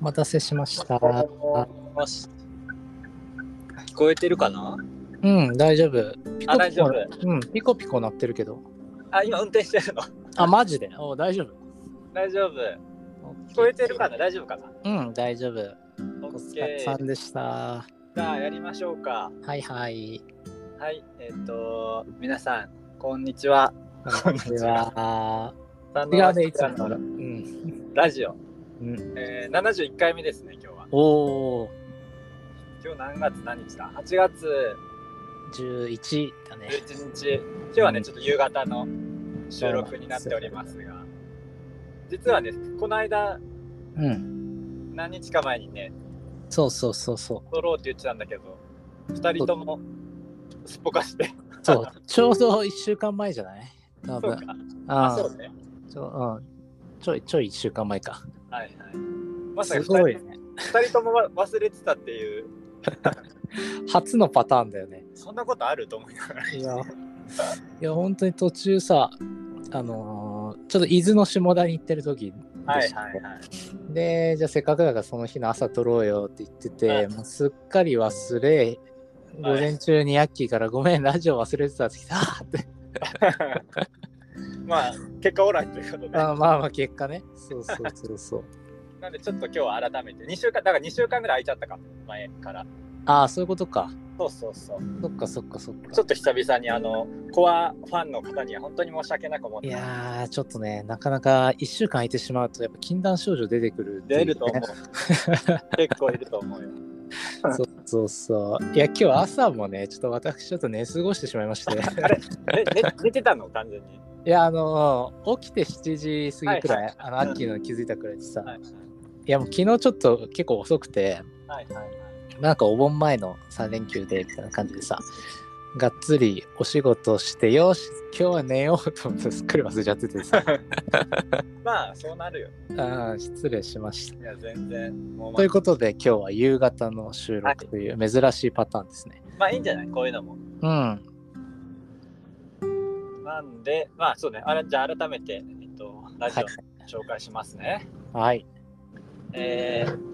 お待たせしました。よし。聞こえてるかなうん、大丈夫。ピコあ、大ピ丈コ夫。。うん、ピコピコ鳴ってるけど。あ、今運転してるの。あ、マジでお大丈夫。大丈夫。聞こえてるかな大丈夫かなうん、大丈夫。オおッ疲ケれさー。んでした。じゃあ、やりましょうか。はいはい。はい。えっ、と、皆さん、こんにちは。こんにちは。三違うね、宮いつものの。うん。ラジオ。うん、えー、71回目ですね、今日は。おー、今日何月何日だ ?8 月11だね。 11日。今日はうね、んちょっと夕方の収録になっておりますが。実はね、この間、うん。何日か前にね、そうそうそうそう。撮ろうって言ってたんだけど、二人ともすっぽかして。そう、 ちょうど1週間前じゃない多そう分。か。ああ、あそうね。ちょ、うん。ちょい、ちょい1週間前か。はいはい。まさすかご二い人ね。二人ともわ忘れてたっていう、初のパターンだよね。そんなことあると 思いながら。いや、いや本当に途中さ、あのーちょっと伊豆の下田に行ってる時はいはいはい。で、じゃあせっかくだからその日の朝撮ろうよって言ってて、うんもうすっかり忘れ、午前中にヤッキーからごめん、ラジオ忘れてたって来 たって。まあ、結果オーライということで。あまあまあ結果ね。そうそうそうそう。 なんでちょっと今日は改めて、二週間、だから2週間ぐらい空いちゃったか、前から。ああ、そういうことか。そうそうそう。そっかそっかそっかちょ。っと久々にあの、コアファンの方には本当に申し訳なく思っいてます。やーちょっとね、なかなか1週間空いてしまうと、やっぱ禁断症状出てくるっていうね出ると思う。結構いると思うよ。そうそうそう。いや、今日朝もね、ちょっと私、ちょっと寝過ごしてしまいまして。あれ、ねね寝てたの完全に。 いや、あのー起きて7時過ぎくらい、はいはいあの、アッキーの気づいたくらいでさ、、はいいや、もう昨日ちょっと結構遅くて、はいはいはい。なんかお盆前の3連休で、みたいな感じでさ、がっつりお仕事して、よし、今日は寝ようと思ってすっかり忘れちゃっててさ、まあ、そうなるよ。あー失礼しました。いや、全然。もうまあということで、今日は夕方の収録という珍しいパターンですね。まあいいんじゃないこういうのうも。ん。なんで、まあそうね。あれじゃあ改めて、えっと、ラジはい。オ紹介しますね。はい。えー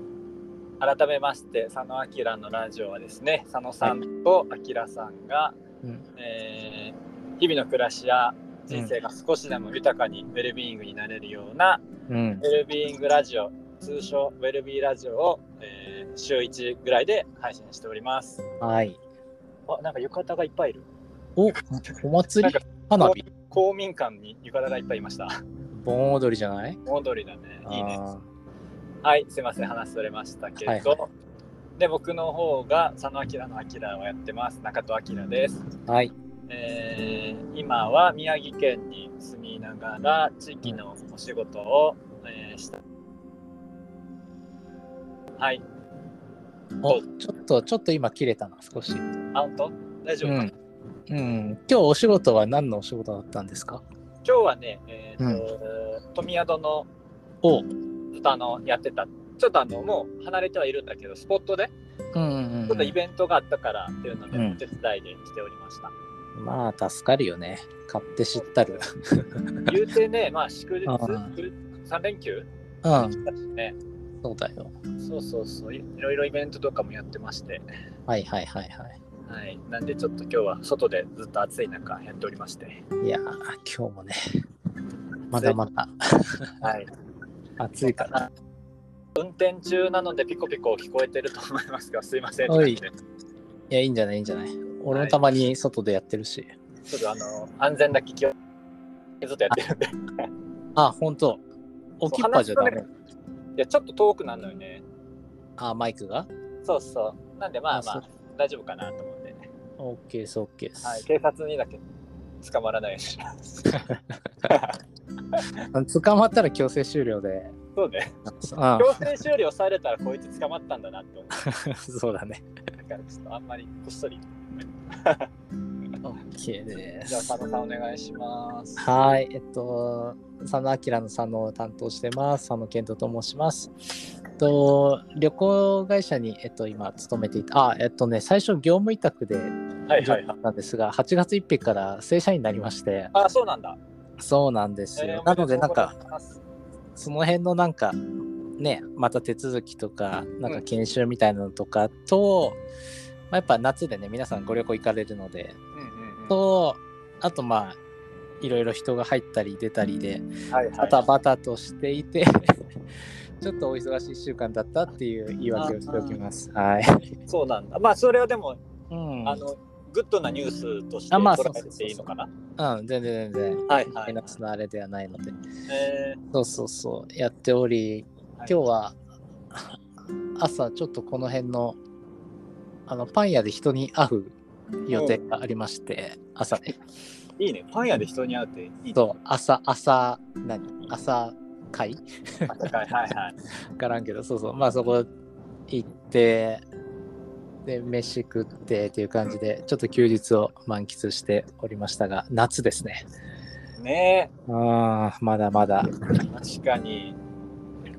改めまして、佐野明のラジオはですね、佐野さんと明さんが、うんえー日々の暮らしや人生が少しでも豊かにウェルビーイングになれるような、うん。ウェルビーイングラジオ、通称ウェルビーラジオを、えー週1ぐらいで配信しております。はい。あ、なんか浴衣がいっぱいいる。お、お祭なんりか花火公民館に浴衣がいっぱいいました。盆踊りじゃない踊りだね。いいね。あはい、すいません、話それましたけど。はいはで、僕の方が佐野明の明をやってます。中戸明です。ーはい。えー今は宮城県に住みながら、地域のお仕事を、えーした。はい、お、ちょっと、ちょっと今切れたな、少し。アウト大丈う夫かな、ん。うん、今日お仕事は何のお仕事だったんですか今日はね、えーと富宿のお、うんちょっとあのやってた、ちょっとあのもう離れてはいるんだけど、スポットで、うんうんちょっとイベントがあったからっていうので、うん手伝いで来ておりました。まあ、助かるよね。買って知ったる。言うてね、まあ祝日、ああ3連休うだしん、ね、 そうだよ。そうそうそう、いいろいろイベントとかもやってまして、はいはいはいはい。はい、なんでちょっと今日は外でずっと暑い中やっておりまして、いやー、今日もね、まだまだはい、暑いから。運転中なのでピコピコ聞こえてると思いますが、すいません、おいちょっいや、いいんじゃないいいんじゃない俺もたまに外でやってるし。とあの安全な聞きをずっとやってるんで、あ、ほんと。置きっぱじゃダそメう。いやちょっと遠くなるのよね、あ、マイクがそうそう、なんでまあまああそ、大丈夫かなと思うんで、オッケーです、オッケーです。はい、警察にだけ捕まらないようにします。あの捕まったら強制終了で。そうね、あ強制終了されたらこいつ捕まったんだなって思 う。そうだね。だからちょっとあんまりこっそり。オッケーでじゃあ、す佐。野さんお願いします。はい、えっと、佐野明の佐野を担当してます。佐野健人と申します。えっと、旅行会社に、えっと、今勤めていた、あ、えっとね、最初業務委託ではい上はい司だはいっ。たんですが、8月1日から正社員になりまして、あ、そうなんだ。そうなんですえよ。ーなので、なんか、、おめとうございますその辺のなんか、ねまた手続きとかなんか研修みたいなのとかと、まあ、やっぱ夏でね皆さんご旅行行かれるのでうんうんうんとあとまあいろいろ人が入ったり出たりではいはいバタバタとしていて ちょっとお忙しい1週間だったっていう言い訳をしておきます。はい、そうなんだまあそれはでも、うん、あのグッドなニュースとしてあまあ捉えていいのかな、うん、全然全然はいマはイいナスのあれではないのでえそうそうそうやっておりーは今い日は朝ちょっとこの辺のあのパン屋で人に会う予定がありまして、朝ねいいねパン屋で人に会うっていいねそう朝朝何朝会はいはいはい分からんけどそうそうまあそこ行ってで飯食ってっていう感じでちょっと休日を満喫しておりましたが夏ですねねあーまだまだえ確かに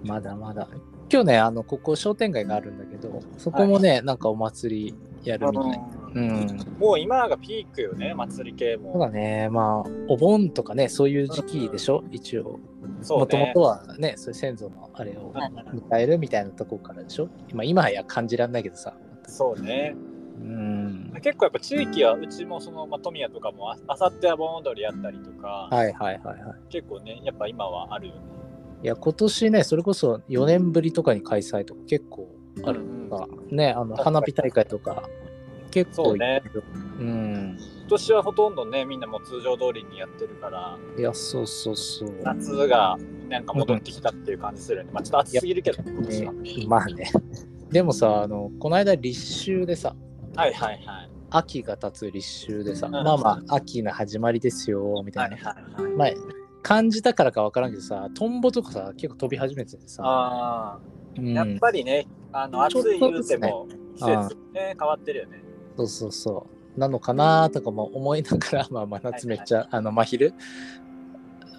まだまだ。今日ね、あの、ここ商店街があるんだけど、そこもね、なんかお祭りやるあみたい。のうん。そもう今がピークよね祭り系もうだね、まあ、お盆とかね、そういう時期でしょ、一応。そもうともねとはね、そういう先祖のあれを迎えるみたいなとこからでしょ。今、今や感じらんないけどさ。そうねうん。結構やっぱ地域はうちもその、まあ、富谷とかもああさっては盆踊りやったりとか、はいはいはいはい。結構ねやっぱ今はあるよねいや、今年ね、それこそ4年ぶりとかに開催とか結構あるうんとか、ね、あの、花火大会とか、結構そうねいろいろうん。今年はほとんどねみんなもう通常通りにやってるからいや、そうそうそう。夏がなんか戻ってきたっていう感じするよね、まあちょっと暑すぎるけどね今年は、まあね。 でもさ、あの、この間立秋でさ、はいはいはい秋が経つ立秋でさ、うんまあまあ、秋の始まりですよ、みたはいいな。はいはいまあ、感じたからかわからんけどさ、トンボとかさ、結構飛び始めててさ、あうーやっん、ぱりね、あのちょっ暑とい言うても季ね節ね変わってるよねそうそうそう。なのかなとかも思いながら、まあ、真夏めっちゃ、あの、真昼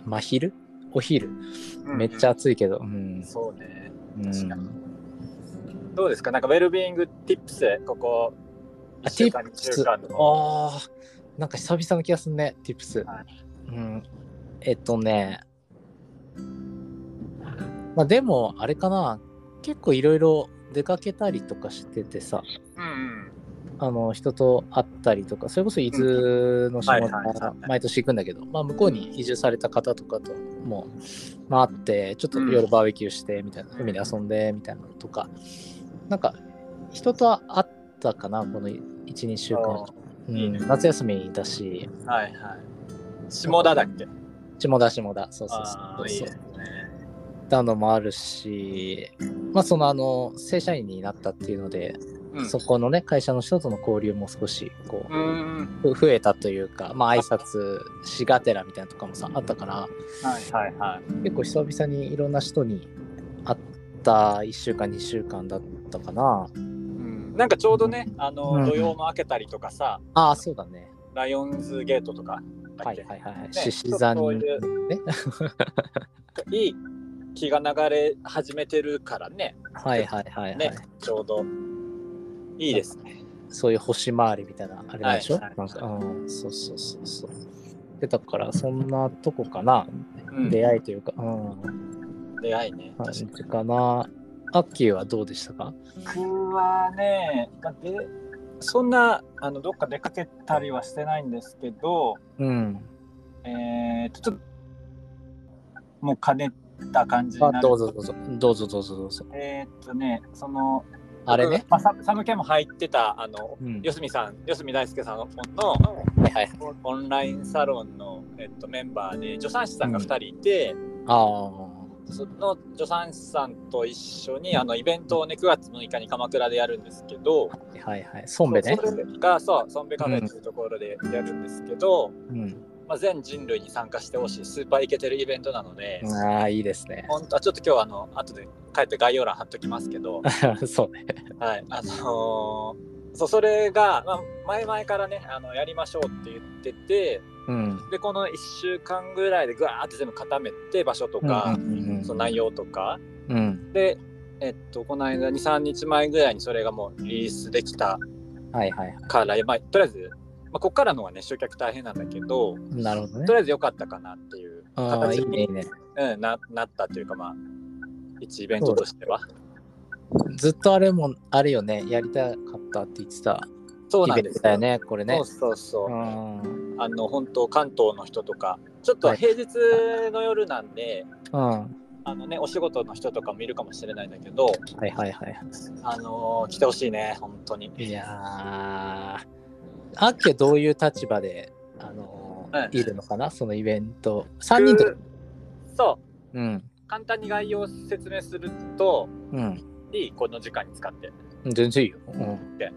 真昼お昼、めっちゃ暑暑いけど、うんい。そうねうん確かにどうですかなんかウェルビーイングティップスここあ、一週間 Tips 二週間。のああ、なんか久々の気がすんね、Tips。はいうん。えっとね。まあでも、あれかな。結構いろいろ出かけたりとかしててさ、うんうんあの、人と会ったりとか、それこそ伊豆の下うんはいはい田はい毎年行くんだけど、まあ向こうに移住された方とかとも、まあ会って、ちょっと夜バーベキューして、みたいな、うん海で遊んで、みたいなのとか、なんか、人と会ったかな、この1、2週間。うんいいね夏休みだし、はいはい。下田だっけ下田下田、そうそうあそあ、ういいそう。ですね。たのもあるし、まあそのあの正社員になったっていうので、うんそこのね会社の人との交流も少しこうーん。うふ増えたというか、まあ挨拶しがてらみたいなとかもさあったから、はいはいはい。結構久々にいろんな人に会った1週間2週間だったかな。うんなんかちょうどね、あうのん土曜の明けたりとかさ、ああそうだね。ライオンズゲートとかだはっいけはいはい。ちょっ獅と子座そうにねい。いい気が流れ始めてるからね、 はいはいはいはねい。、ちょうどいいですね。そういう星回りみたいなあれでしょ、はいはいなんか、うん、そうそうそうそう。でだから、そんなとこかな、うん出会いというか、うん、出会いね。感確じかにかな。アッキーはどうでしたか僕はね、だってそんなあのどっか出かけたりはしてないんですけど、うん。えー、とちょっともう兼ねた感じになあるどうぞどうぞ、どうぞどうぞどうぞ。えー、っとねそのあれね。僕まあ、ササムケも入ってたあのうん。四角さん四角大輔さんのはいはい。オンオンラインサロンの、えっと、メンバーで助産師さんが2人いて、あその助産師さんと一緒にあのイベントをね9月6日に鎌倉でやるんですけどあ、はいはい。ソンベねそ。うそれがそうソンベカフェというところでやるんですけど、うん。まあ、全人類に参加してほしいスーパーイケてるイベントなので。ああ、いいですね。 本当はちょっと今日あの後で帰って概要欄貼っときますけど、そうね。はい、あのーそうそれが、まあ、前々からねあのやりましょうって言っててうん。でこの1週間ぐらいでぐわーって全部固めて場所とか、うんうんうんその内容とかうん。で、えっと、この間23日前ぐらいにそれがもうリリースできたはいはいはい。から、まあ、とりあえず、まあ、こっからのはね集客大変なんだけどなるほどとね。りあえず良かったかなっていうああ、い形いね、にいいね。うん、ななったというかまあ一イベントとしては。ずっとあれも、あれよね、やりたかったって言ってた。そうイなんベンでトすだよよ。ね、これねそう。そうそうう。ん。うん。あの本当関東の人とかちょっとはい平日の夜なんで、あのねお仕事の人とかもいるかもしれないんだけど、はいはいはい。あのー来てほしいね本当に。いやー、あっけどういう立場で、あのーはいいるのかな、そのイベント。3人と。そうん。う簡単に概要を説明するとうん。いいこの時間に使って、全然いいよ。うん。え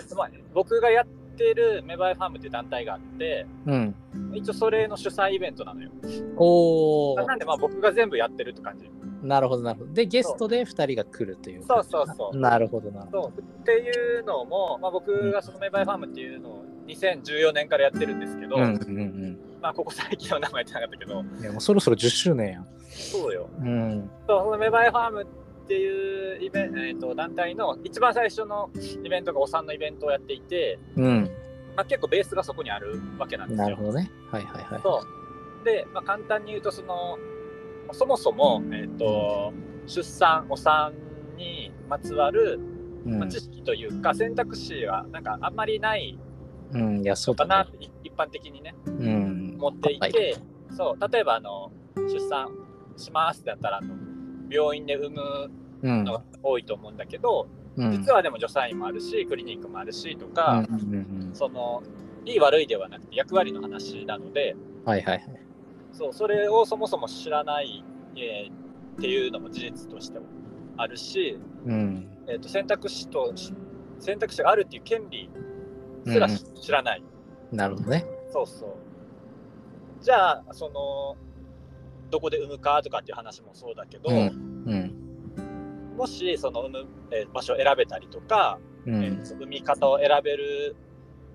ーつまり僕がやってるメバイファームっていう団体があってうん。一応それの主催イベントなのよ。おー。なんでまあ僕が全部やってるって感じ。なるほどなるほど。で、ゲストで2人が来るという。そうそうそう。なるほどなるほど。そうっていうのも、まあ、僕がそのメバイファームっていうのを2014年からやってるんですけど、うんうんまあ、ここ最近は名前言ってなかったけど、うん。いやもうそろそろ10周年やん。そうよ。うん。そうそのメバイファームっていうイベント、えーと団体の一番最初のイベントがお産のイベントをやっていて、うん。まあ、結構ベースがそこにあるわけなんですよ。なるほどね。はいはいはい。そうで、まあ、簡単に言うとその、そもそも、えー、と出産、お産にまつわる、うまあ、ん知、識というか、選択肢はなんかあんまりないうん、いや、そうかだなな。ってい一般的にね、うん。持っていはいて、そう例えばあの出産しますってなったらあの病院で産むうんの。が多いと思うんだけど、うん実はでも助産院もあるしクリニックもあるしとうんか、うんうんそのいい悪いではなくて役割の話なのでうんはいはいはい。そうそれをそもそも知らない、えーっていうのも事実としてもあるし、うん。えー、と選択肢とし選択肢があるっていう権利すらし知らない、なるほどね。そうそうじゃあそのどこで産むかとかっていう話もそうだけど、うん。もしその産む、えー場所を選べたりとか、うえんー。産み方を選べる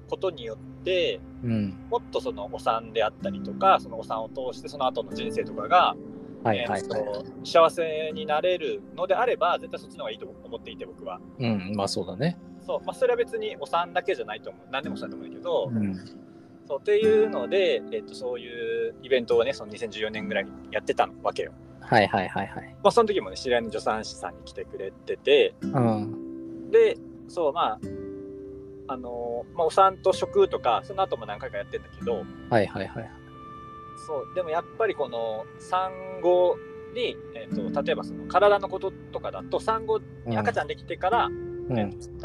ことによってうん。もっとそのお産であったりとかそのお産を通してその後の人生とかが、はいえーはいはい。と幸せになれるのであれば絶対そっちの方がいいと思っていて僕はうん。まあそうだね。そう、まあ、それは別にお産だけじゃないと思う何でもそうだと思うんだけど、うん。そうっていうので、えー、とそういうイベントをねその2014年ぐらいにやってたわけよ、はいはいはいはい。まあ、その時もね知り合いの助産師さんに来てくれてて、うん。でそうまああのーまあ、お産と食とかその後も何回かやってんだけどはいはいはい。そうでもやっぱりこの産後に、えー、と例えばその体のこととかだと産後に赤ちゃんできてから、うん。えー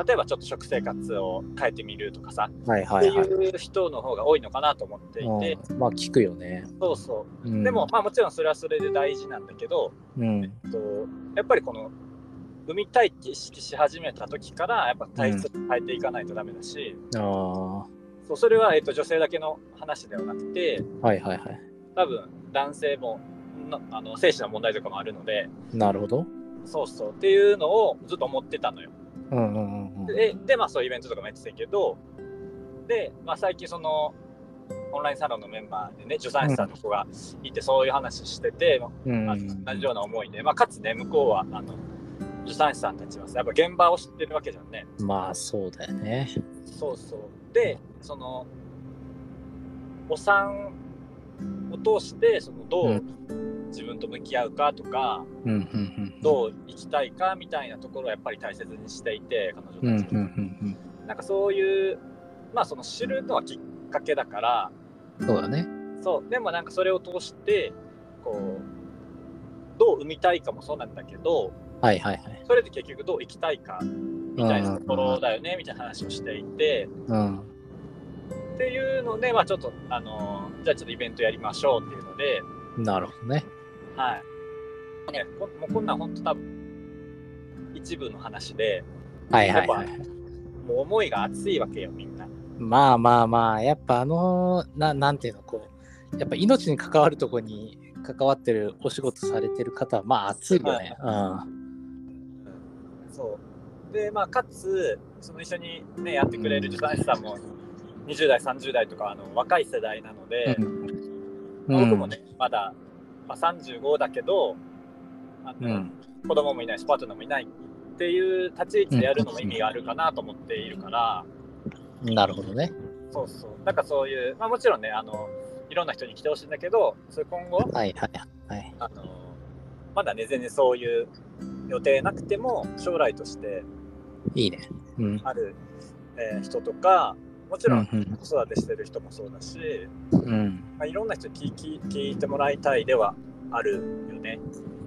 例えばちょっと食生活を変えてみるとかさ、はいはいはいっ。ていう人の方が多いのかなと思っていて、うんまあ聞くよね。そうそうんうでも、まあ、もちろんそれはそれで大事なんだけど、うん。えっと、やっぱりこの産みたいって意識し始めた時からやっぱ体質を変えていかないとダメだし。ああ。はそうそれは、えっと女性だけの話ではなくていはいはい。多分男性もなあの精子の問題とかもあるのでなるほど。そうそうっていうのをずっと思ってたのよ。うんうんうんうん。ででまあそういうイベントとかもやってたけどで、まあ、最近そのオンラインサロンのメンバーでね助産師さんの子がいてそういう話してて、うまあ、ん。同じような思いで、まあ、かつね向こうはあの助産師さんたちはさやっぱ現場を知ってるわけじゃんね。まあそうだよね。そうそうでそのお産を通してそのどうう自分と向き合うかとか、うんうんうん。どう生きたいかみたいなところをやっぱり大切にしていて彼うんうん女たちも、うんなんかそういうまあその知るのはきっかけだからうん。そうだね。そうでもなんかそれを通してこうどう産みたいかもそうなんだけどはいはいはい。それで結局どう生きたいかみたいなところだよねみたいな話をしていて。うん。っていうので、まあ、ちょっと、あのーじゃあちょっとイベントやりましょうっていうので、なるほどね。はい。ね、こもうこんなん本当多分、一部の話で、はいはいはい。もう思いが熱いわけよ、みんな。まあまあまあ、やっぱあの、ななんていうの、こう、やっぱ命に関わるとこに関わってるお仕事されてる方は、まあ熱いよね。うん。そう。で、まあ、かつ、その一緒にね、やってくれる助産師さんも、20代、30代とか、あの、若い世代なので、うん僕もね、まだ、まあ、35だけど、あうのん。子供もいないし、パートナーもいないっていう立ち位置でやるのも意味があるかなと思っているから、なるほどね。そうそう。なんかそういう、まあもちろんね、あの、いろんな人に来てほしいんだけど、それ今後、はいはいはい。あの、ままだね、全然そういう予定なくても、将来としていいね。うん。ある、えー人とか、もちろんうん。子育てしてる人もそうだし、うんまあ、いろんな人に聞き聞いてもらいたいではあるよね。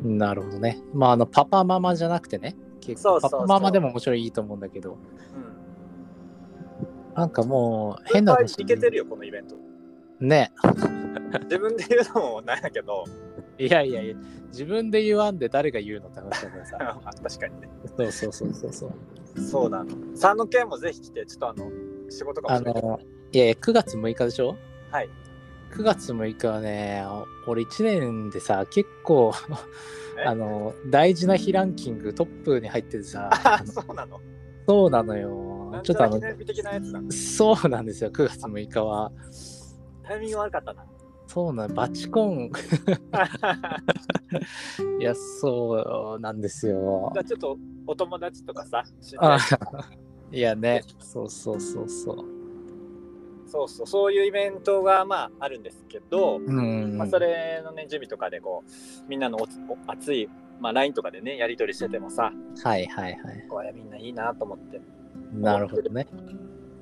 うん。なるほどね。まあ、あの、パパママじゃなくてね。結そう構そうそパうパママでももちろんいいと思うんだけど、うん。なんかもう、変なこれ話いけてるよ、このイベント。ね。自分で言うのもなんやけど、 いやいやいや、自分で言わんで誰が言うのって話だからさ。 確かにね。そうそうそうそうそう。そうなの。3の件もぜひ来て、ちょっとあの、仕事かもあしれない。の、いやいや、9月6日でしょはい。 9月6日はね、俺1年でさ、結構え、あの、大事な日ランキングトップに入っててさ、あ、そうなの。そうなのよ。ちちょっとょっとああの、記の、念日的なや つだ。そうなんですよ、9月6日は。タイミング悪かったな。 そうなの、バチコン。いや、そうなんですよじゃ。あちょっとお友達とかさ、知り合あ いいやね、そうそうそうそう。そうそう、そういうイベントがまああるんですけど、うん。まあ、それのね、準備とかでこう、みんなのおつお熱い、まあ、LINE とかでね、やり取りしててもさ、はいはいはい。これみんないいなと思って。なるほどね。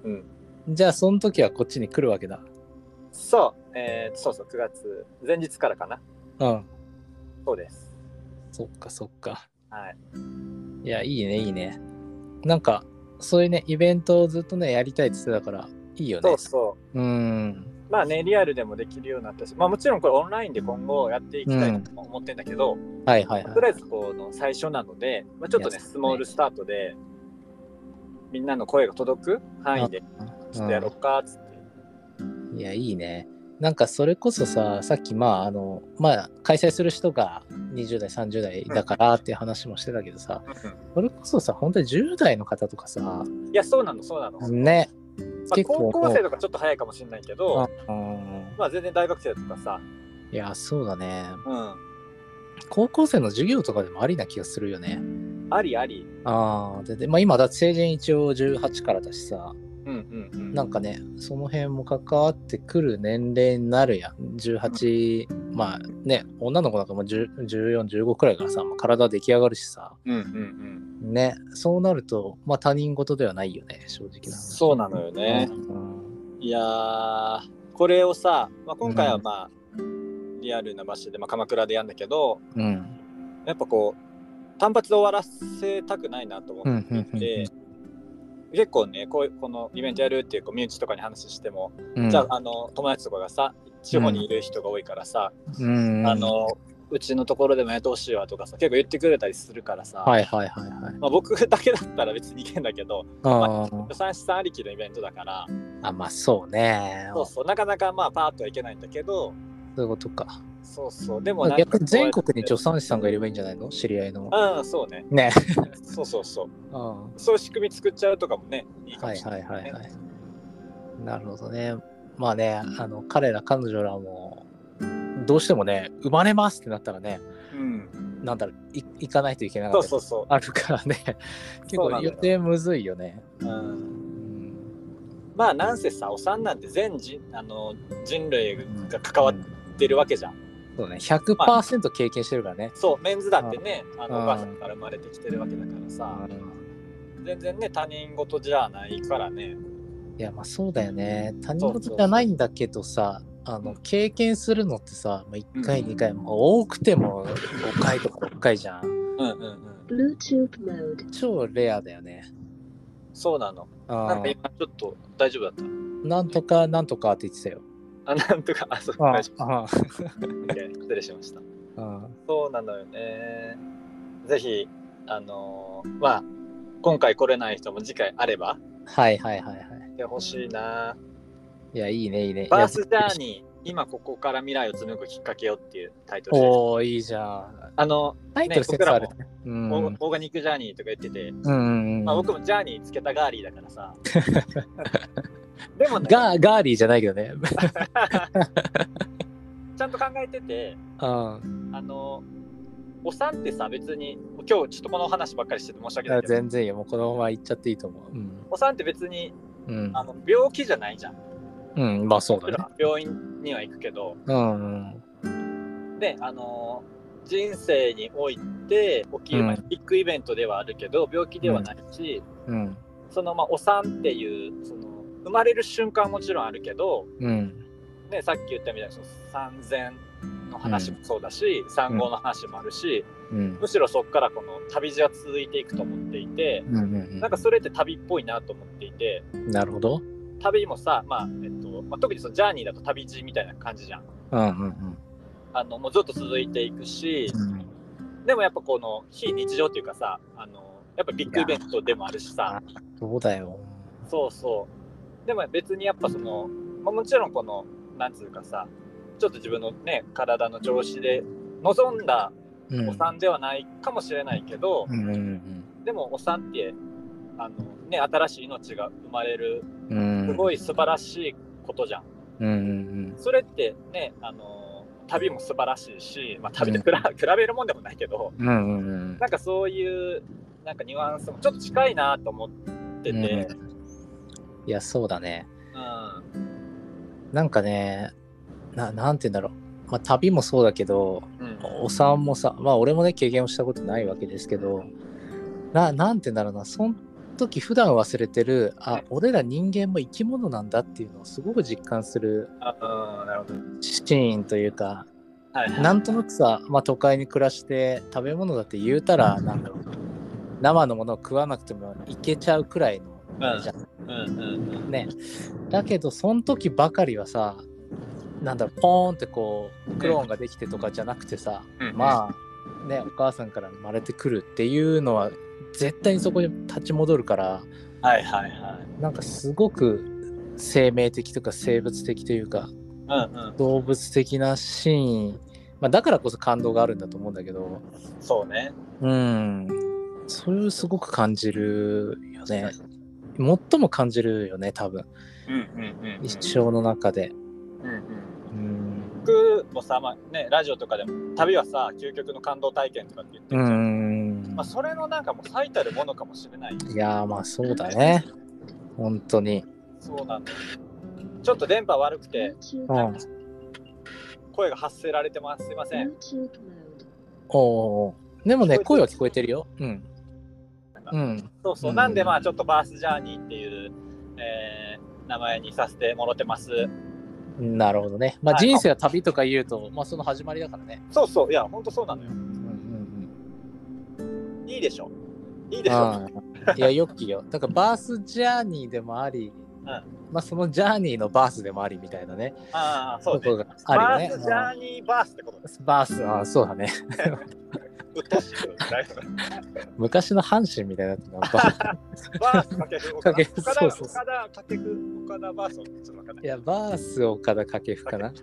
うん。じゃあ、その時はこっちに来るわけだ。そう、えーそうそう、9月、前日からかな。うん。そうです。そっかそっか。はい。いや、いいね、いいね。なんか、そういうね、イベントをずっとね、やりたいって言ってたから、いいよね。そうそう。う。ん。まあね、リアルでもできるようになったし、まあもちろんこれオンラインで今後やっていきたいなとも思ってんだけど、はいはいはとりあい。えずこの最初なので、まあ、ちょっとねいやスモールスタートでみんなの声が届く範囲でちょっとやろうかっつって、いや、いいね。なんか、それこそさ、さっき、まあ、あの、まあ、開催する人が20代、30代だからっていう話もしてたけどさ、それこそさ、本当に10代の方とかさ、いやそうなのそうなの、まね、あ結構高校生とかちょっと早いかもしれないけど、うん、まあ全然大学生とかさ、いや、そうだね。う高校生の授業とかでもありな気がするよね。ん、ありありああ、で、でまあ、今、だって成人一応18からだしさ、うんうんうんなんかね、その辺も関わってくる年齢になるやん。18、まあね、女の子なんかもう10 14、15くらいからさ、まあ、体出来上がるしさ、うんうんうんね、そうなると、まあ他人事ではないよね、正直な話。そうなのよね、うんいやーこれをさ、まあ、今回はまあ、リアルな場所で、まあ、鎌倉でやるんだけどうん。やっぱこう単発で終わらせたくないなと思うん。うっん。うん。て、結構ねこういうこのイベントやるっていうこう身内とかに話しても、うんじゃああの友達とかがさ地方にいる人が多いからさ、うん。あ、のうちのところでもやってほしいわとかさ結構言ってくれたりするからさ、はいはいはいはい。まあ、僕だけだったら別にいけんだけどあ予算資産ありきのイベントだからーあ、まあそうね。そうそうなかなかまあパーッとはいけないんだけどそういうことか。そうそうでもまなあんか逆に全国に助子産師さんがいればいいんじゃないの知り合いの。うんそうねね。そうそうそううんそういう仕組み作っちゃうとかもねいいはかもいしれな、はいいねはいはい。なるほどね。まあね、あの彼ら彼女らもどうしてもね、生まれますってなったらね、うん、なんだろう、い行かないといけなかそっうたりそうそあるから ね、結そうな構んだよ予定むずいよね。う、うんうんまあなんせさお産なんて全人あの人類が関わってるわけじゃん、そうね、100%経験してるからね。そうメンズだってねあのうんお母さんから生まれてきてるわけだからさうん全然ね他人事じゃないからねいや、まあそうだよね。他人事じゃないんだけどさ、あの経験するのってさ、まあ、1回、うん2回、もう多くても5回とか6回じゃん。うんうんうん Bluetooth mode. 超レアだよね。そうなのあなんか今ちょっと大丈夫だっなんとかなんとかって言ってたよ。たあなんとかあそうあ大丈あ夫 OK 失礼しましたあそうなのよねぜひあのーまあ今回来れない人も次回あればはいはいはいはい。来てほしいないや、いいね、いいね。バースジャーーニー今ここから未来を紡ぐきっかけをっていうタイトルでおー、いいじゃん。あのタイトル説あるね。うん。オうーんオーガニックジャーニーとか言ってて、うんうん。まあ、ガ僕もジャーニーつけたガーリーだか らさ。でもね、ー、ガーリーじゃないけどね。 ちゃんと考えてて、うん。あの、お産ってさ、別に、今日ちょっとこの話ばっかりしてて申し訳ないけど、全然いいよ。もうこのまま行っちゃっていいと思う。うん。お産って別にうんあの病気じゃないじゃん。うん。まあそうだ僕ね。ら病院には行くけど、うんうん。で、あの、人生において起きる、まあうんビッグイベントではあるけど病気ではないし、うん。そのまあお産っていうその生まれる瞬間はもちろんあるけど、うん。ね、さっき言ったみたいにその産前の話もそうだし、産後の話もあるし、うん。むしろそこからこの旅路が続いていくと思っていて、うんうんなんかそれって旅っぽいなと思っていてうん。なるほど。旅もさ、まあえっとまあ、特にそのジャーニーだと旅路みたいな感じじゃん。うんうんあのもうずっと続いていくし、うん。でもやっぱこの非日常っていうかさあのやっぱビッグイベントでもあるしさそうだよ。そうそうでも別にやっぱその、まあ、もちろんこのなんつうかさちょっと自分のね体の調子で望んだうん。お産ではないかもしれないけどう、んうんでもお産ってあの、ね、新しい命が生まれるうん。うん。すごい素晴らしいことじゃん。うんうんそれってねあの旅も素晴らしいし、まあ、旅と比べ比べるもんでもないけど、うん。うんうんなんかそういうなんかニュアンスもちょっと近いなと思ってうて、ん。うんいや、そうだね。なんかね、ななんて言うんだろう。まあ、旅もそうだけど、うんお産もさ、まあ、俺もね、経験をしたことないわけですけど、ななんて言うんだろうな、その時普段忘れてる、あ、俺ら人間も生き物なんだっていうのをすごく実感するあうんなるほど。シーンというか、はいはいなんとなくさ、まあ、都会に暮らして食べ物だって言うたらなんだろう生のものを食わなくてもいけちゃうくらいのあれじゃんうんうんうんねだけどその時ばかりはさなんだろうポーンってこうクローンができてとかじゃなくてさ、うんまあねお母さんから生まれてくるっていうのは絶対にそこに立ち戻るからはいはいはい。なんかすごく生命的とか生物的というかうんうん。動物的なシーン、まあ、だからこそ感動があるんだと思うんだけど。そうね。うん。それをすごく感じるよね。最も感じるよね、多分。うんうんうんうん。一生の中で。うんうん。うん。僕もさ、まあね、ラジオとかでも旅はさ究極の感動体験とかって言ってうるじゃん。んまあ、それのなんかもう最たるものかもしれない。いやー、まあそうだね。本当に。そうなんだよ。ちょっと電波悪くてうん。声が発せられてます。すいません。おおー。でもね、声は聞こえてるよ。うん。うん。そうそうう。んなんでまあちょっとバースジャーニーっていう、えー名前にさせてもろてます。なるほどね。まあはい人生は旅とか言うと、まあその始まりだからね。そうそう。いや、ほんとそうなのよ。うんうんいいでしょ。いいうん。でしょ。ああ。いや、よっきよ。だからバースジャーニーでもあり、まあそのジャーニーのバースでもありみたいなね。ああ、そうとこね。があバるよね。ースジャーニーバースってことです。バース、あーそうだね。うっとうしくないです。昔の阪神みたいになってたバーバースかけふ岡かけ田ふ岡そう田そう岡田かけふ岡田バースをちょっとわかんなス。いい。や、バース岡田掛布かな。はい。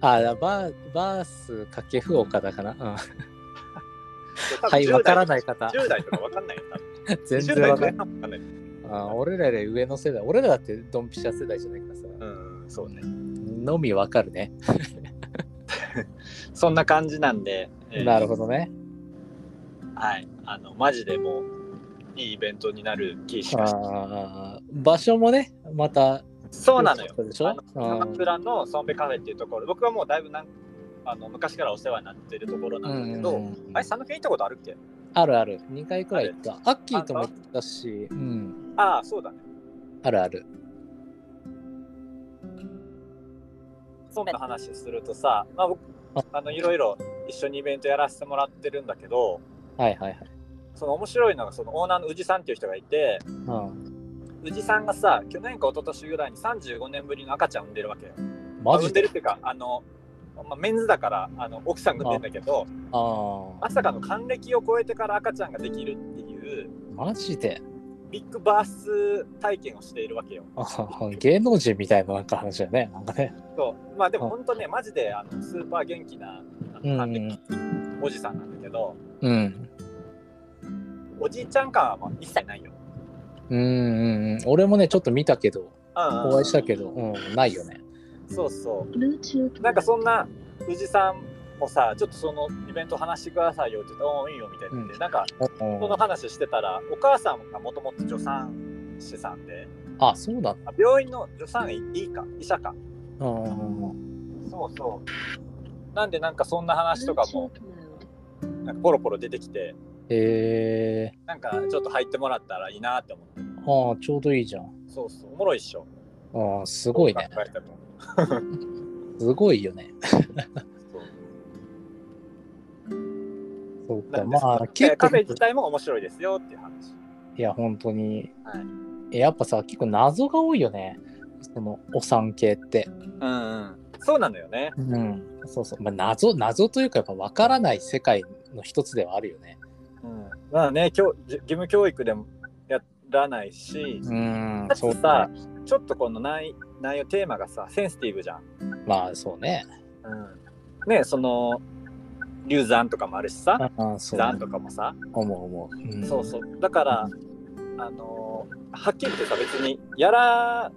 あーバー、バース掛布岡田かな。うんはい、わわからない方、 10代とかわかんないよ。多分 全20然代わとかかわんない。かんない。あー俺らより上の世代、俺らだってドンピシャ世代じゃないからさ、うん、そうね。のみわかるね。そんな感じなんで。えーなるほどね。はい。あの、マジでもう、いいイベントになる気しました。あー場所もね、また、そうなのよ良かったでし。ょあのうん鎌倉のソンベカフェっていうところ、僕はもうだいぶなんあの昔からお世話になってるところうなんだけんど、あれ、サムフェ行ったことあるっけあるある、2回くらい行った。アッキーとも行ったし、うん、ああ、そうだね。あるある。ソンベの話するとさ、まあ、僕あのいろいろ一緒にイベントやらせてもらってるんだけど、はいはいはい。その面白いのが、そのオーナーの宇治さんっていう人がいて、うん、宇治さんがさ、去年か一昨年ぐらいに35年ぶりの赤ちゃん産んでるわけよ。マ産ジんででるっていうか、あの、まあ、メンズだからあの奥さんが産んでんだけど、あーまさかの還暦を超えてから赤ちゃんができるっていうマジでビッグバース体験をしているわけよ。あ芸能人みたいななんか話だよね。なんかね。そうまあでも本当ねマジであのスーパー元気なあうんうのん還暦おじさんなんだけど、うん。おじいちゃん感はまあ一切ないよ。うんうんうん。俺もね、ちょっと見たけど、うんうんお会いしたけど、うん、ないよね。そうそなんかそんなう宇治さんもさちょっとそのイベント話してくださいよって言って「おーいいよ」みたいになって、うんなんかうんその話してたらお母さんがもともと助産師さんであ、そうだ。あ病院の助産院いいか医者かうん。そうそうなんでなんかそんな話と話とかかももなんかポロポロ出てきて、えなんかちょっと入ってもらったらいいなって思って。ー、ああ、ちょうどいいじゃん。そうそう、おもろいっしょ。ああ、すごいねど。う考えてもすごいよね。そうそうなか、んですまあ、結カ構フェ、自体も面白いですよっていう話。いや、本当に、はやっぱさ、結構謎が多いよね。その、お産系って。うんうん。そうなのよね。うん。そうそう。まあ、謎、謎というか、やっぱ分からない世界の一つではあるよね。うん、まあね、教義務教育でもやらないし、うんか、つそうだ、さね。ちょっとこの内内容テーマがさセンシティブじゃん。まあ、そうね。うん、ねその流産とかもあるしさああ、そう、産ねと。かもさ、思う思う。うんそうそうだから、あのはっきり言ってさ別にやら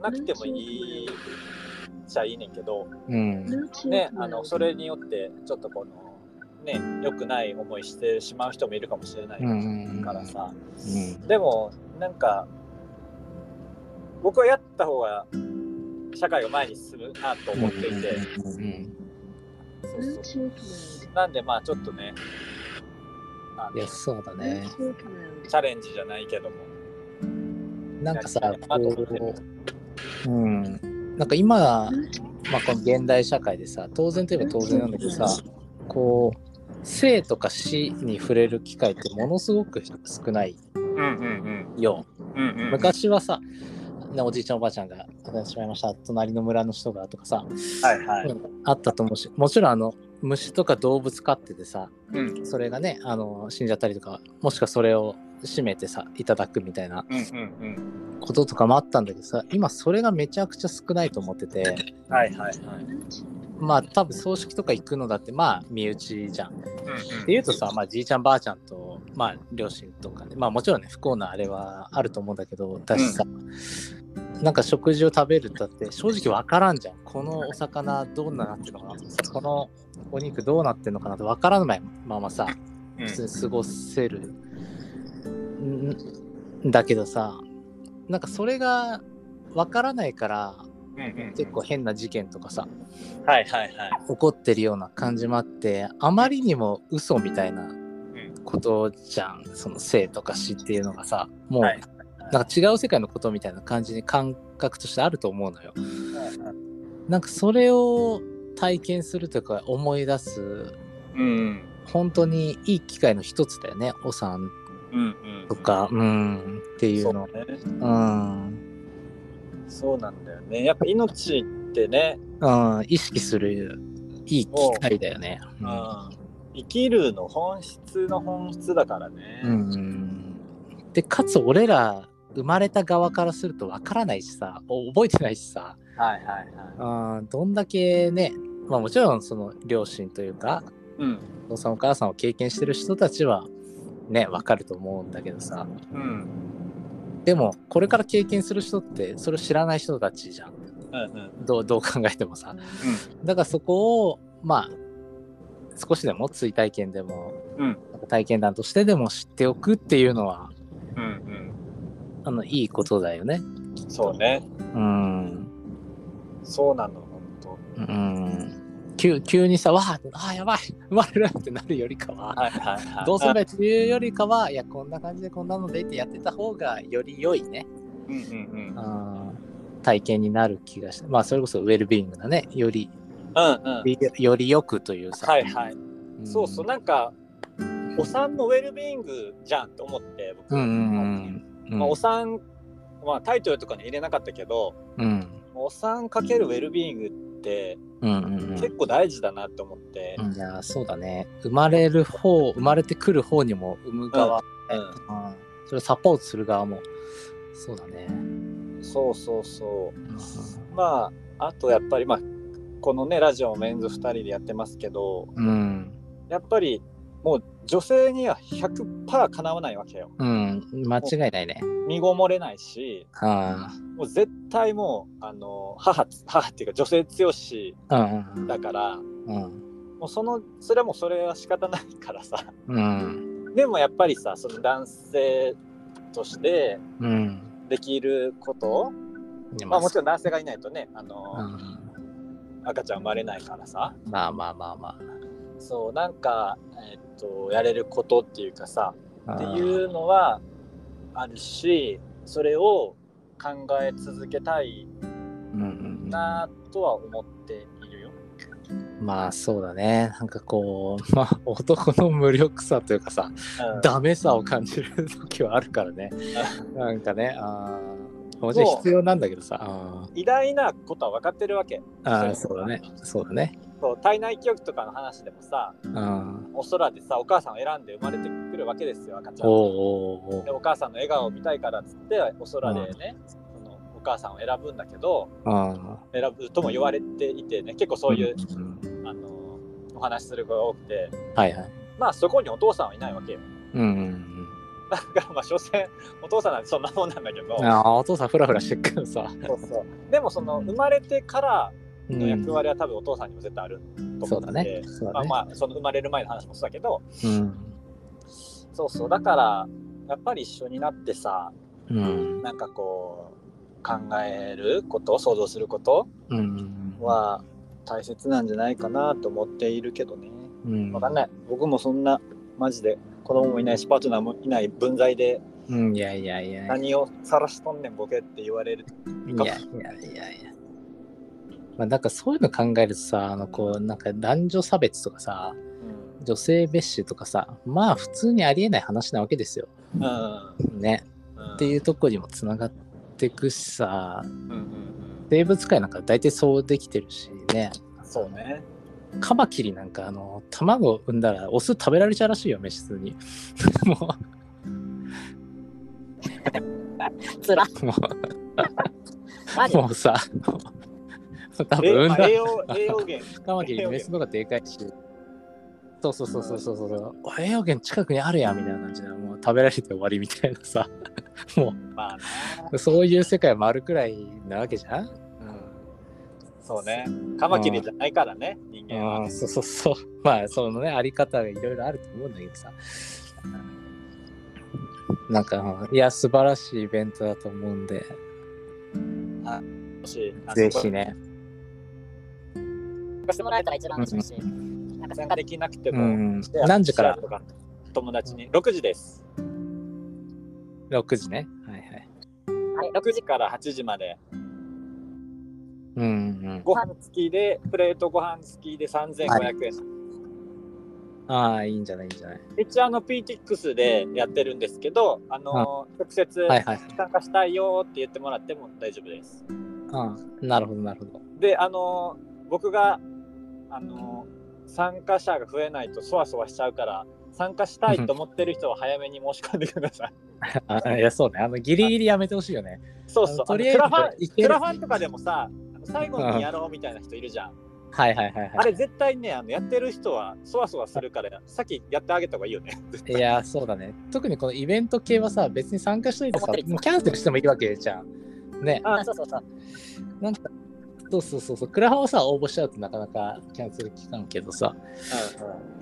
なくてもいいっちゃいいねんけど、うん。ね、あのそれによってちょっとこの。ね、良くない思いしてしまう人もいるかもしれないうんからさ、うん。でもなんか僕はやった方が社会が前に進むなと思っていて、うんうんそうそうなんでまあちょっとねあいのや、チそうだね。ャレンジじゃないけどもなんかさやり、たいなと思ってこう、うん。なんか今、まあ、この現代社会でさ当然といえば当然なんだけどさこう生とか死に触れる機会ってものすごく少ないうんうんようんうんうん昔はさ、ね、おじいちゃんおばあちゃんが「亡くなってしまいました隣の村の人が」とかさ、はいはい、あったと思うしもちろんあの虫とか動物飼っててさうん、うんそれがねあの死んじゃったりとかもしくはそれを締めてさいただくみたいなうんうんこととかもあったんだけどさ今それがめちゃくちゃ少ないと思ってて はいはいはいまあ多分葬式とか行くのだってまあ身内じゃん。うんうんっていうとさ、まあ、じいちゃんばあちゃんと、まあ、両親とかね、まあ、もちろんね不幸なあれはあると思うんだけどだしさ、なんか食事を食べるだって正直わからんじゃんこのお魚どんななってるのかなとかさこのお肉どうなってるのかなってわからないままさうん普通に過ごせる、んだけどさなんかそれがわからないからうんうん結構変な事件とかさはいはいはい起こってるような感じもあってあまりにも嘘みたいなうんことじゃんその生とか死っていうのがさもう、はいなんか違う世界のことみたいな感じに感覚としてあると思うのよはいはいなんかそれを体験するというか思い出すうん本当にいい機会の一つだよねお産うんうんとかうんっていうのそうねうん、そうなんだよねやっぱ命ってね、うん、意識するいい機会だよねうん、生きるの本質の本質だからねうん、うん、でかつ俺ら生まれた側からするとわからないしさお覚えてないしさ、はいはいはいあーどんだけね、まあ、もちろんその両親というかうんお父さんお母さんを経験してる人たちはねわかると思うんだけどさうんでもこれから経験する人ってそれを知らない人たちじゃんうんうんどうどう考えてもさだからそこをまあ少しでも追体験でもうんなんか体験談としてでも知っておくっていうのはうんあのいいことだよねうんそうねうんそうなの本当うん急急にさ「わああやばい生まれる!」ってなるよりかははいはいはいどうすればいいというよりかは、いや、こんな感じでこんなのでってやってた方がより良いね、うんうんうんあー体験になる気がして、まあ、それこそウェルビーイングだね、より、うんうんより良くというさ。はいはいんそうそうなんかお産もウェルビーイングじゃんと思って僕うんうんうんうん。まあお産まあタイトルとかに入れなかったけどうんお産かけるウェルビーイングってうんうん結構大事だなって思ってうん、いやそうだね生まれる方生まれてくる方にも産む側、ううんそれをサポートする側もそうだね、んそうそうそううんまああとやっぱりまあこのねラジオもメンズ2人でやってますけどうんやっぱりもう女性には100%かなわないわけようん、間違いないね身ごもれないしあもう絶対もうあの母母っていうか女性強しあうんだからうんもうそのそれはもうそれは仕方ないからさうんでもやっぱりさその男性としてうんできることまあもちろん男性がいないとねあの、うん赤ちゃん生まれないからさまあまあまあまあ。そうなんか、えっとやれることっていうかさってう。いうのはあるしそれを考え続けたいうんうんなとは思っているよ。うん、まあそうだね。なんかこう、まあ男の無力さというかさ、うんダメさを感じる時はあるからね。なんかね、ああ、もちろん必要なんだけどさ。あ偉大なことは分かってるわけ。ーあー、そうだね。そうだね。そう体内教育とかの話でもさうん。お空でさお母さんを選んで生まれてくるわけですよ赤ちゃんは。おうおうおうでお母さんの笑顔を見たいからっつってお空でね、そのお母さんを選ぶんだけどあ選ぶとも言われていてね結構ーそういう、んあのお話しする子が多くてはいはい。まあそこにお父さんはいないわけよ うんうんだからまあ所詮お父さんなんてそんなもんなんだけどうん。ああ、お父さんフラフラしてっからさ。そうそうでもその生まれてからうのん役割は多分お父さんにも絶対あるとそ思うだってね。そうまだあね。まあその生まれる前の話もそうだけどうん。そうそうだからやっぱり一緒になってさうん。なんかこう考えること想像することうん。は大切なんじゃないかなと思っているけどね。うんわかんない。僕もそんなマジで子供もいないしパートナーもいない分際でうん。いやいやいやいや。何を晒しとんねんボケって言われる。いやいやいやいや。まあ、なんかそういうの考えるとさ、あのこうなんか男女差別とかさ、うん。女性蔑視とかさ、まあ普通にありえない話なわけですよ。うん。ね。うん、。っていううとこにもつながってくしさ、んうん生物界なんか大体そうできてるしね。うん。そうね。カマキリなんかあの卵を産んだらオス食べられちゃうらしいよ、飯通に。 もつら。う、もマう、ジもうさ、多え分産んまだあ栄養栄養源。カマキリメスの方がでかいし。そうそうそうそうそうそう。栄養源近くにあるやんみたいな感じで、もう食べられて終わりみたいなさ。もまあね。う、そういう世界もあるくらいなわけじゃん。そうね。カマキリじゃないからね、人間うは。ん、そうそうそう。 まあ、そのね、あり方がいろいろあると思うんだけどさ。なんか、いや、素晴らしいイベントだと思うんで、もしあのぜひね。してもらえたら一番嬉しいし。なん参か参加加でできなくてうも、んシェ。ア何時かシらェアと友達に6時です。 ?6 時ね。はいはい。はい6時から8時までうんうん。ご飯付きでプレートご飯付きで3500円、ああ、いいんじゃないいいんじゃない一応あの PTX でやってるんですけどあの直接はいはい。参加したいよって言ってもらっても大丈夫ですうん。なるほど、なるほど。 であの僕があの参加者が増えないとそわそわしちゃうから参加したいと思ってる人は早めに申し込んでくだ さいあいや、そうね。あの、ギリギリやめてほしいよね。そうそうあのとりあえクずラファンいけクるラファンとかでもさあの最後にやろうみたいな人いるじゃん、はいはいはいあはれ絶対ねあのやってる人はそわそわするからさっきやってあげた方がいいよねい。いや、そうだね。特にこのイベント系はさ、別に参加しといてさ、思ってるもうキャンセルしてもいいわけじゃん。ね。ああ、そうそうそう。なんか、そうそうそうそう。クラファンをさ、応募しちゃうとなかなかキャンセル期間けどさ、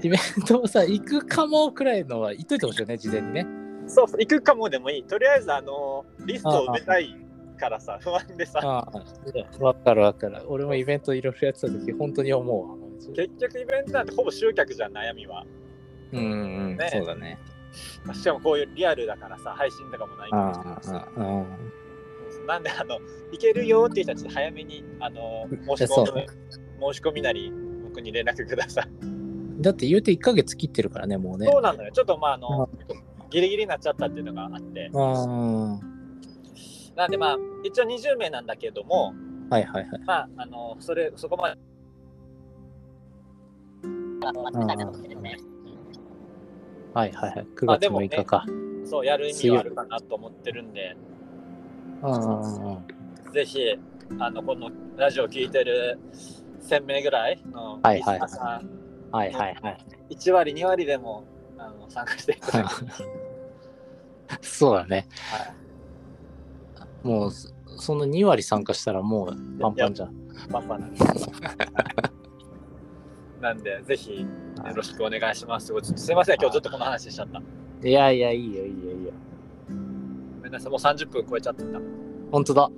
イベントをさ、行くかもくらいのは言っといてほしいよね、事前にね。そうそう、行くかもでもいい。とりあえず、あの、リストを埋めたいからさ、不安でさ、ああ、わかるわかる。俺もイベントいろいろやってた時、本当に思うわ。結局イベントなんてほぼ集客じゃん、悩みは。うんうんうん、ねそうだね。まあしかもこういうリアルだからさ、配信とかもないかあらあさ、ああ、うん。そうそうなんで、あの、行けるよっていう人たち早めに、あの、申しそう込む、申し込みなり、僕に連絡ください。だって言うて1ヶ月切ってるからね、もうね。そうなのよ。ちょっとまあ、あの、ギリギリになっちゃったっていうのがあって、ああ、はいなんでまあ、一応20名なんだけども、はいはい。まあ、あの、それ、そこまで、あの、集めたいなと思ってるんで。はいはいはい。9あ月でも6ね日か。そう、やる意味はあるかなと思ってるんで、あぜひあのこのラジオ聞いてる1000名ぐらいのはいリスはいナーさんあ、はいはいはい。 1割2割でもあの参加していただ きそうだね。はもう、そその2割参加したらもうパンパンじゃん。いパンパンなんですなんでぜひよろしくお願いしますすいません今日ずっとこの話しちゃったいやいや、いいよいいよいいよ。ごめんなさいもう30分超えちゃってた、ほんとだ。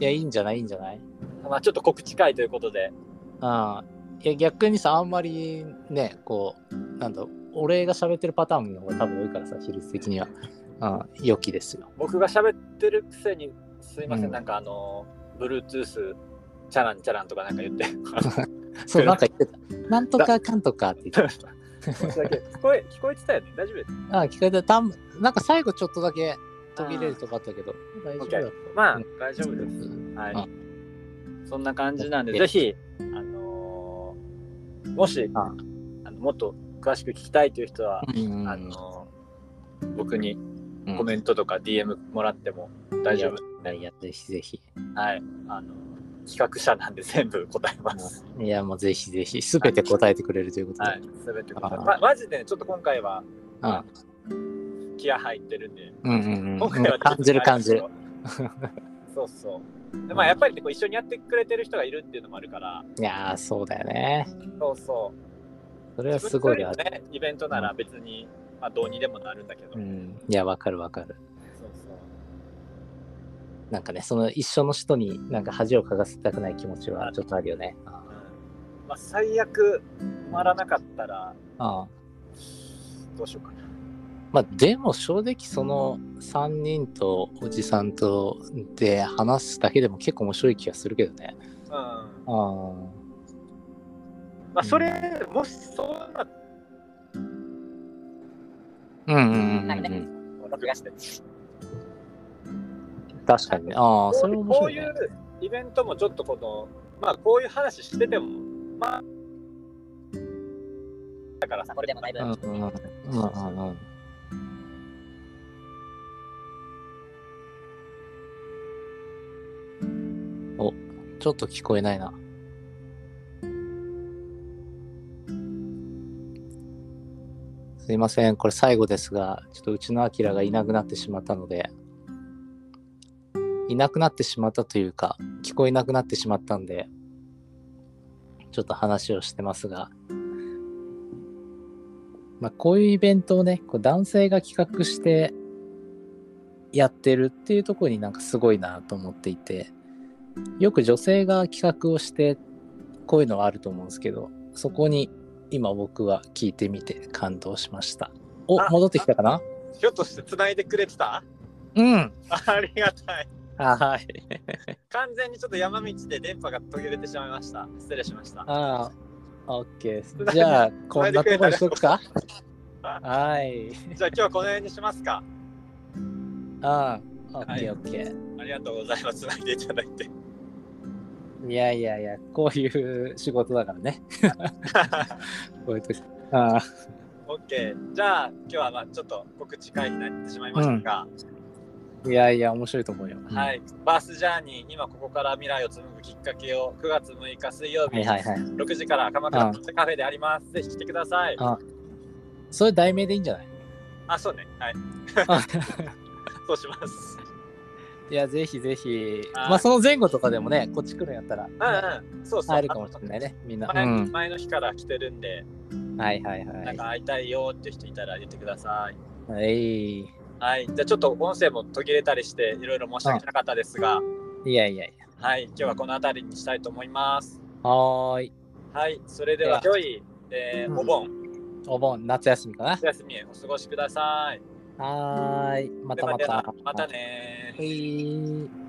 いや、いいんじゃないいいんじゃないまあ、ちょっと告知会ということでああ、いや逆にさあんまりねこうなんだ俺が喋ってるパターンの方が多分多いからさ比率的には、うん、良きですよ僕が喋ってるくせにすいません、うんなんかあの Bluetooth チャランチャランとかなんか言って そうなんか言ってたなんとかかんとかって言って申し訳ない聞こえ聞こえてたよね大丈夫ですあ聞かれたたんなんか最後ちょっとだけ途切れるとかあったけど大丈夫だった OK まあうん大丈夫ですはあいそんな感じなんで OK ぜひあのーもしああのもっと詳しく聞きたいという人は、うんあのー僕にうんコメントとか DM もらっても大丈夫ですね、いやぜひぜひはいあの企画者なんで全部答えますいやもうぜひぜひすべて答えてくれるということで、はい、すべて答えあーま、マジでねちょっと今回はあ気合入ってるんで、うんうんう今ん、回はちょっと感じる感じる。 そうそう。でまあやっぱりねこう一緒にやってくれてる人がいるっていうのもあるから、いやーそうだよねそうそう。それはすごい自な分、一人のね。イベントなら別に、まあどうにでもなるんだけど。う、そうんいやわかるわかるそう。なんかねその一緒の人になんか恥をかかせたくない気持ちはちょっとあるよねあうんまあ最悪埋まらなかったらあどうしようかな。まあでも正直その3人とおじさんとで話すだけでも結構面白い気がするけどねうん。ああまあそれ、もしそうなっうんうんうん、なんうかねん、録画して確かにねああそれ面こ白ういいねうイベントもちょっとこの、まあこういう話してても、まあ、だからこれでもだいぶうんうんうんうんうんうんおちょっと聞こえないなすいませんこれ最後ですがちょっとうちのアキラがいなくなってしまったのでいなくなってしまったというか聞こえなくなってしまったんでちょっと話をしてますがまあ、こういうイベントをねこう男性が企画してやってるっていうところになんかすごいなと思っていてよく女性が企画をしてこういうのはあると思うんですけどそこに今僕は聞いてみて感動しましたおあ戻ってきたかなひょっとして繋いでくれてた うんありがたい。あはい完全にちょっと山道で電波が途切れてしまいました。失礼しました。ああオッケ ーじゃあこんなとこにしとくかはいじゃあ今日はこの辺にしますか。ああオッケーオッケーありがとうございます。繋いでいただいて。いやいやいや、こういう仕事だから ね。こういう時。ああ、オッケー。じゃあ今日はまあちょっと告知会になってしまいましたが、いやいや、面白いと思うよ。は。い。バースジャーニー、今ここから未来を紡ぐきっかけを9月6日水曜は日、いはいはい。 6時から鎌倉カフェであります。ぜひ来てください。あそれ題名でいいんじゃないあ、そうね。はい。あ そうします。いや、ぜひぜひ。はいまあ、その前後とかでもね、こっち来るんやったら、うんうん。そうそう。会えるかもしれないね、みんな。前。うん前の日から来てるんで、はいはいはなんいか。会いたいよって人いたら言ってください。はい。いはい、じゃあちょっと音声も途切れたりしていろいろ申し訳なかったですが、やいやいや。はい、今日はこの辺りにしたいと思います。はーい。はい、それではで良い、えーうんお盆、お盆、夏休みか夏休みお過ごしください。な。はーい。までたまはでたは。またねーはい。